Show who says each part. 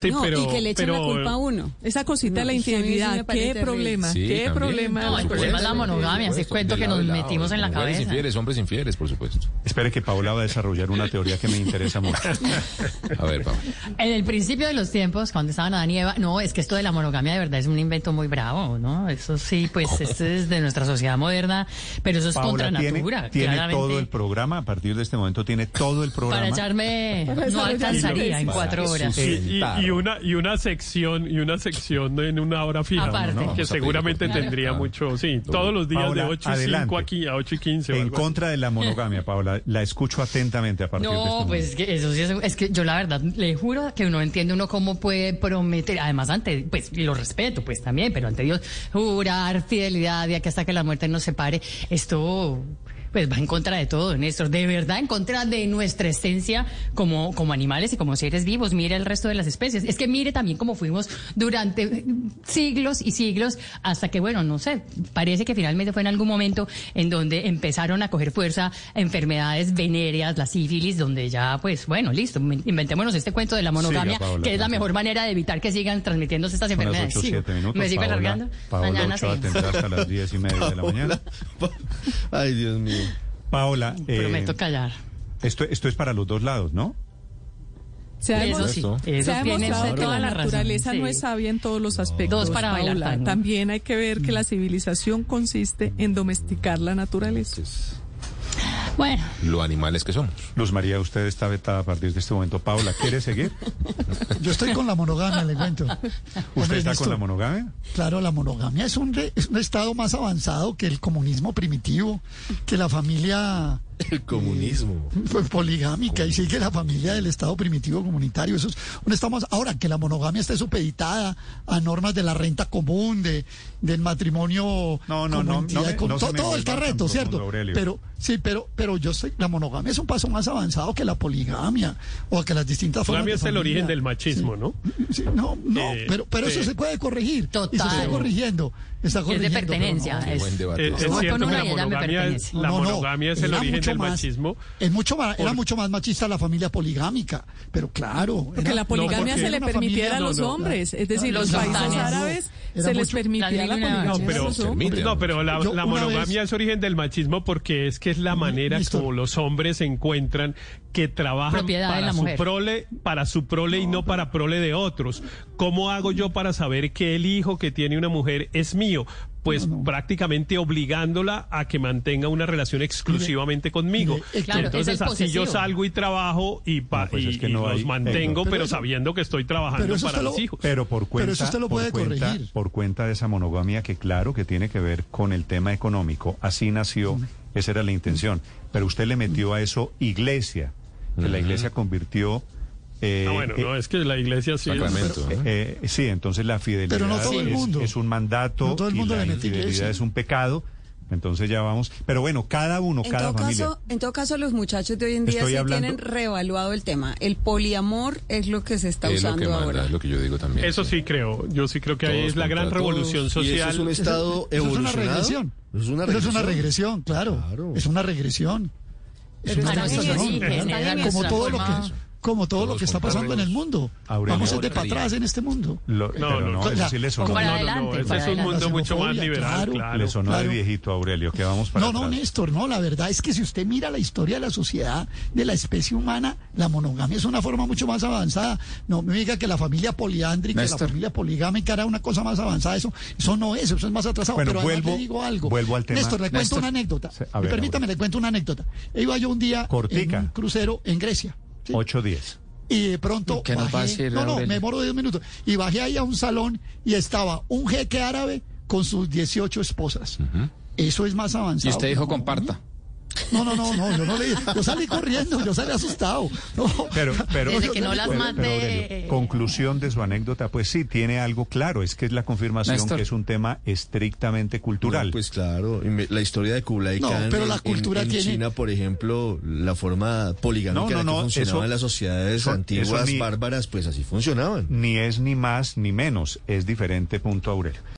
Speaker 1: Sí,
Speaker 2: no,
Speaker 1: pero-
Speaker 2: y que le echen la
Speaker 1: pero- eh,
Speaker 2: culpa a uno.
Speaker 3: Esa cosita de la
Speaker 2: eh, No, es que a mí sí me
Speaker 3: infidelidad,
Speaker 2: parece
Speaker 3: qué
Speaker 2: terrible.
Speaker 3: problema, qué
Speaker 4: Sí, también,
Speaker 3: problema.
Speaker 4: por
Speaker 5: No, el
Speaker 4: supuesto,
Speaker 5: problema es la
Speaker 4: por
Speaker 5: monogamia, ese
Speaker 4: supuesto,
Speaker 5: cuento
Speaker 4: de
Speaker 5: que
Speaker 4: lado
Speaker 5: nos
Speaker 4: y lado,
Speaker 5: metimos en la
Speaker 4: mujeres
Speaker 5: cabeza.
Speaker 4: infieles, hombres infieles, por supuesto.
Speaker 6: Espere que Paola va a desarrollar una teoría que me interesa mucho.
Speaker 4: A ver, Pablo.
Speaker 5: En el principio de los tiempos, cuando estaban Adán y Eva, no, es que esto de la monogamia de verdad es un invento muy bravo, ¿no? Eso sí, pues esto es de nuestra sociedad moderna, pero eso es
Speaker 6: Paola
Speaker 5: contra
Speaker 6: tiene,
Speaker 5: natura,
Speaker 6: tiene
Speaker 5: claramente.
Speaker 6: todo el programa, a partir de este momento tiene todo el programa.
Speaker 5: para echarme no alcanzaría en cuatro horas.
Speaker 1: Y, y- y una y una sección y una sección en una hora fija
Speaker 5: Aparte.
Speaker 1: que
Speaker 5: No, no,
Speaker 4: vamos a pedir
Speaker 1: seguramente
Speaker 4: oportunidad.
Speaker 1: tendría
Speaker 4: Claro.
Speaker 1: mucho sí todos los días
Speaker 6: Paola,
Speaker 1: de 8 y
Speaker 6: adelante.
Speaker 1: 5 aquí a 8 y 15 o
Speaker 6: En
Speaker 1: algo así.
Speaker 6: contra de la monogamia, Paola. La escucho atentamente a partir de este
Speaker 5: No,
Speaker 6: momento.
Speaker 5: pues es que eso sí es, es que yo la verdad le juro que uno entiende uno cómo puede prometer, además ante, pues y lo respeto pues también, pero ante Dios jurar fidelidad y aquí hasta que la muerte nos separe, esto pues va en contra de todo, Néstor, de verdad en contra de nuestra esencia como, como animales y como seres vivos, mire el resto de las especies, es que mire también cómo fuimos durante siglos y siglos hasta que bueno, no sé, parece que finalmente fue en algún momento en donde empezaron a coger fuerza enfermedades venéreas, la sífilis, donde ya, pues bueno, listo, in- inventémonos este cuento de la monogamia,
Speaker 6: Siga, Paola,
Speaker 5: que es la
Speaker 6: por
Speaker 5: mejor
Speaker 6: favor.
Speaker 5: manera de evitar que sigan transmitiéndose estas
Speaker 6: Son las
Speaker 5: enfermedades.
Speaker 6: 8 o
Speaker 5: Sí,
Speaker 6: 7 minutos.
Speaker 5: me sigo
Speaker 6: Paola,
Speaker 5: alargando.
Speaker 6: Paola,
Speaker 5: Mañana
Speaker 6: ocho,
Speaker 5: seguimos.
Speaker 6: atenderá hasta las 10 y media de la mañana.
Speaker 4: Ay, Dios mío.
Speaker 6: Paola, eh,
Speaker 5: Prometo callar.
Speaker 6: esto, esto es para los dos lados, ¿no?
Speaker 3: Se ha
Speaker 5: Eso
Speaker 3: demo-
Speaker 5: sí,
Speaker 4: supuesto.
Speaker 3: se
Speaker 5: eso
Speaker 3: ha
Speaker 5: tiene
Speaker 3: demostrado
Speaker 5: usted
Speaker 3: que
Speaker 5: toda
Speaker 3: la
Speaker 5: la razón.
Speaker 3: naturaleza no
Speaker 5: sí.
Speaker 3: es sabia en todos los aspectos.
Speaker 5: Dos para bailar
Speaker 3: Paola.
Speaker 5: tango. Mm.
Speaker 3: También hay que ver que la civilización consiste en domesticar la naturaleza.
Speaker 5: Bueno,
Speaker 4: Lo animales que somos.
Speaker 6: Luz María, usted está vetada a partir de este momento. Paola, ¿quiere seguir?
Speaker 7: Yo estoy con la monogamia, le cuento.
Speaker 6: ¿Usted
Speaker 7: Hombre,
Speaker 6: está
Speaker 7: Néstor,
Speaker 6: con la monogamia?
Speaker 7: Claro, la monogamia es un, re- es un estado más avanzado que el comunismo primitivo, que la familia
Speaker 4: El comunismo.
Speaker 7: fue poligámica y sigue la familia del Estado primitivo comunitario. Eso es un estado más- Ahora, que la monogamia esté supeditada a normas de la renta común, de, del matrimonio.
Speaker 6: no,
Speaker 7: como
Speaker 6: no,
Speaker 7: entidad
Speaker 6: no me-
Speaker 7: con-
Speaker 6: no se
Speaker 7: to-
Speaker 6: me
Speaker 7: todo el
Speaker 6: vuelva tan
Speaker 7: carreto,
Speaker 6: profundo,
Speaker 7: ¿cierto?
Speaker 6: Aurelio.
Speaker 7: Pero sí, pero pero yo sé, la monogamia es un paso más avanzado que la poligamia o que las distintas formas.
Speaker 1: Monogamia
Speaker 7: de
Speaker 1: es el
Speaker 7: familia.
Speaker 1: origen del machismo, ¿no?
Speaker 7: Sí, no, no,
Speaker 1: Eh,
Speaker 7: pero, pero
Speaker 1: sí.
Speaker 7: eso se puede corregir. Y se
Speaker 5: Total.
Speaker 7: está corrigiendo. Está
Speaker 5: es
Speaker 7: corrigiendo
Speaker 5: de
Speaker 7: pero
Speaker 5: pertenencia.
Speaker 7: no.
Speaker 4: Qué
Speaker 5: es-
Speaker 4: buen debate.
Speaker 1: Es, Eh, es
Speaker 5: Yo voy
Speaker 1: cierto
Speaker 5: con
Speaker 1: que la
Speaker 5: una y ella me
Speaker 1: monogamia, es,
Speaker 5: pertenece.
Speaker 1: la
Speaker 7: No, no,
Speaker 1: monogamia es el
Speaker 7: era
Speaker 1: origen
Speaker 7: mucho
Speaker 1: del
Speaker 7: más-
Speaker 1: machismo.
Speaker 7: Es mucho más,
Speaker 1: Por-
Speaker 7: era mucho más machista la familia poligámica, pero claro.
Speaker 3: Porque
Speaker 7: era-
Speaker 3: la poligamia
Speaker 1: porque-
Speaker 3: se le
Speaker 7: Una
Speaker 3: permitiera a
Speaker 7: familia-
Speaker 3: los
Speaker 1: no, no.
Speaker 3: hombres, es decir,
Speaker 5: Los
Speaker 3: los, países
Speaker 5: sultanes.
Speaker 3: árabes
Speaker 7: Era
Speaker 3: se les
Speaker 7: mucho-
Speaker 3: permitía la
Speaker 5: La Biblia-
Speaker 3: poligamia
Speaker 1: No,
Speaker 3: a
Speaker 1: pero-
Speaker 3: los
Speaker 4: Permite.
Speaker 3: hombres.
Speaker 4: Mire,
Speaker 1: No, pero la,
Speaker 7: yo
Speaker 1: la
Speaker 7: una
Speaker 1: monogamia
Speaker 7: vez-
Speaker 1: es origen del machismo porque es que es la manera
Speaker 7: Néstor.
Speaker 1: como los hombres encuentran que trabajan
Speaker 5: Propiedad de
Speaker 1: para
Speaker 5: la
Speaker 1: su
Speaker 5: mujer.
Speaker 1: prole, para su prole y no para prole de otros. ¿Cómo hago yo para saber que el hijo que tiene una mujer es mío? Pues prácticamente obligándola a que mantenga una relación exclusivamente conmigo.
Speaker 7: mire, eh, Claro,
Speaker 5: es
Speaker 1: Entonces
Speaker 5: el
Speaker 1: así yo
Speaker 5: posesivo.
Speaker 1: salgo y trabajo y, pa-
Speaker 6: No, pues
Speaker 1: y,
Speaker 6: es que
Speaker 1: y
Speaker 6: no
Speaker 1: los
Speaker 6: hay-
Speaker 1: mantengo,
Speaker 6: Héctor.
Speaker 1: pero,
Speaker 7: Pero eso-
Speaker 1: sabiendo que estoy
Speaker 7: pero
Speaker 1: trabajando
Speaker 7: eso
Speaker 1: para
Speaker 7: usted
Speaker 1: los
Speaker 7: lo-
Speaker 1: hijos.
Speaker 6: Pero por cuenta,
Speaker 7: Pero eso usted lo puede
Speaker 6: por, cuenta
Speaker 7: corregir.
Speaker 6: por cuenta de esa monogamia que claro que tiene que ver con el tema económico, así nació, esa era la intención, pero usted le metió a eso iglesia, que la iglesia convirtió... eh,
Speaker 1: Ah, bueno,
Speaker 6: eh,
Speaker 1: no, es que la iglesia sí es-
Speaker 4: Sacramento. ¿no?
Speaker 6: eh, sí, entonces la fidelidad
Speaker 7: Pero no todo el
Speaker 6: es-
Speaker 7: mundo.
Speaker 6: Es, un mandato
Speaker 7: No todo el mundo
Speaker 6: y la
Speaker 7: le mete
Speaker 6: infidelidad
Speaker 7: iglesia.
Speaker 6: es un pecado, entonces ya vamos, pero bueno, cada uno,
Speaker 8: En
Speaker 6: cada
Speaker 8: todo,
Speaker 6: familia.
Speaker 8: caso, en todo caso, los muchachos de hoy en día
Speaker 6: Estoy
Speaker 8: sí
Speaker 6: hablando-
Speaker 8: tienen reevaluado el tema. El poliamor es lo que se está
Speaker 4: Es lo
Speaker 8: usando
Speaker 4: que manda,
Speaker 8: ahora.
Speaker 4: es lo que yo digo también.
Speaker 1: Eso sí creo, yo sí creo que ahí
Speaker 4: Todos
Speaker 1: es la
Speaker 4: contra
Speaker 1: gran
Speaker 4: todos.
Speaker 1: revolución
Speaker 9: Y eso es
Speaker 1: social.
Speaker 9: un estado
Speaker 7: Eso es una
Speaker 9: evolucionado.
Speaker 7: regresión.
Speaker 9: Eso es
Speaker 7: Eso
Speaker 9: una
Speaker 7: es
Speaker 9: regresión.
Speaker 7: una regresión, claro.
Speaker 9: Claro.
Speaker 7: Es una regresión. Es
Speaker 8: Pero
Speaker 7: una
Speaker 8: están en
Speaker 7: regresión.
Speaker 8: ese-
Speaker 7: claro.
Speaker 8: están en
Speaker 7: como
Speaker 8: esa
Speaker 7: todo lo que
Speaker 5: forma.
Speaker 7: como todo lo
Speaker 4: Todos
Speaker 7: que está pasando en el mundo.
Speaker 6: Aurelio.
Speaker 7: Vamos a ir de
Speaker 4: Ahora,
Speaker 7: para atrás en este mundo.
Speaker 6: Lo-
Speaker 1: No,
Speaker 6: pero
Speaker 1: no,
Speaker 6: no,
Speaker 7: o
Speaker 6: eso
Speaker 7: sea,
Speaker 6: sí le
Speaker 7: como
Speaker 6: sonó,
Speaker 5: para
Speaker 1: no, no, no,
Speaker 5: adelante,
Speaker 1: este
Speaker 5: para
Speaker 1: es un
Speaker 5: adelante.
Speaker 1: mundo mucho más
Speaker 7: Xenofobia,
Speaker 1: liberal,
Speaker 7: claro.
Speaker 1: claro.
Speaker 6: le sonó de
Speaker 7: claro.
Speaker 6: viejito Aurelio, que vamos para
Speaker 7: No, no,
Speaker 6: atrás.
Speaker 7: Néstor, no, la verdad es que si usted mira la historia de la sociedad, de la especie humana, la monogamia es una forma mucho más avanzada. No me diga que la familia poliándrica, la
Speaker 9: Néstor.
Speaker 7: familia poligámica era una cosa más avanzada, eso, eso no es, eso es más atrasado.
Speaker 6: Bueno,
Speaker 7: pero además
Speaker 6: vuelvo-
Speaker 7: le digo algo.
Speaker 6: vuelvo al tema.
Speaker 7: Néstor, le cuento
Speaker 9: Néstor.
Speaker 7: una anécdota.
Speaker 6: Sí, a ver,
Speaker 7: Permítame,
Speaker 6: Aurelio.
Speaker 7: le cuento una anécdota. Iba yo un día
Speaker 6: Cortica.
Speaker 7: en un crucero en Grecia. ¿sí?
Speaker 6: 8-10.
Speaker 7: y de pronto
Speaker 9: ¿Qué nos va a
Speaker 7: bajé-
Speaker 9: decir,
Speaker 7: no, no,
Speaker 9: Aurelio?
Speaker 7: me demoro 10 minutos y bajé ahí a un salón y estaba un jeque árabe con sus 18 esposas. Eso es más avanzado.
Speaker 9: Y usted dijo,
Speaker 7: que la monogamia.
Speaker 9: comparta.
Speaker 7: No, no, no, no, yo no le yo salí corriendo, yo salí asustado. No,
Speaker 6: Pero, pero,
Speaker 5: Desde que no las
Speaker 6: pero-
Speaker 5: mate,
Speaker 6: pero, Aurelio,
Speaker 5: eh,
Speaker 6: conclusión de su anécdota, pues sí, tiene algo claro, es que es la confirmación
Speaker 9: Néstor.
Speaker 6: que es un tema estrictamente cultural.
Speaker 9: No, pues claro, y me- la historia de Kublai
Speaker 7: No,
Speaker 9: Khan
Speaker 7: pero
Speaker 9: en-
Speaker 7: la cultura
Speaker 9: en, en
Speaker 7: tiene-
Speaker 9: China, por ejemplo, la forma poligámica
Speaker 6: No, no,
Speaker 9: en
Speaker 6: no,
Speaker 9: la que
Speaker 6: eso-
Speaker 9: funcionaban las sociedades
Speaker 6: eso- eso
Speaker 9: antiguas
Speaker 6: ni-
Speaker 9: bárbaras, pues así funcionaban.
Speaker 6: ni es ni más ni menos, es diferente, punto Aurelio.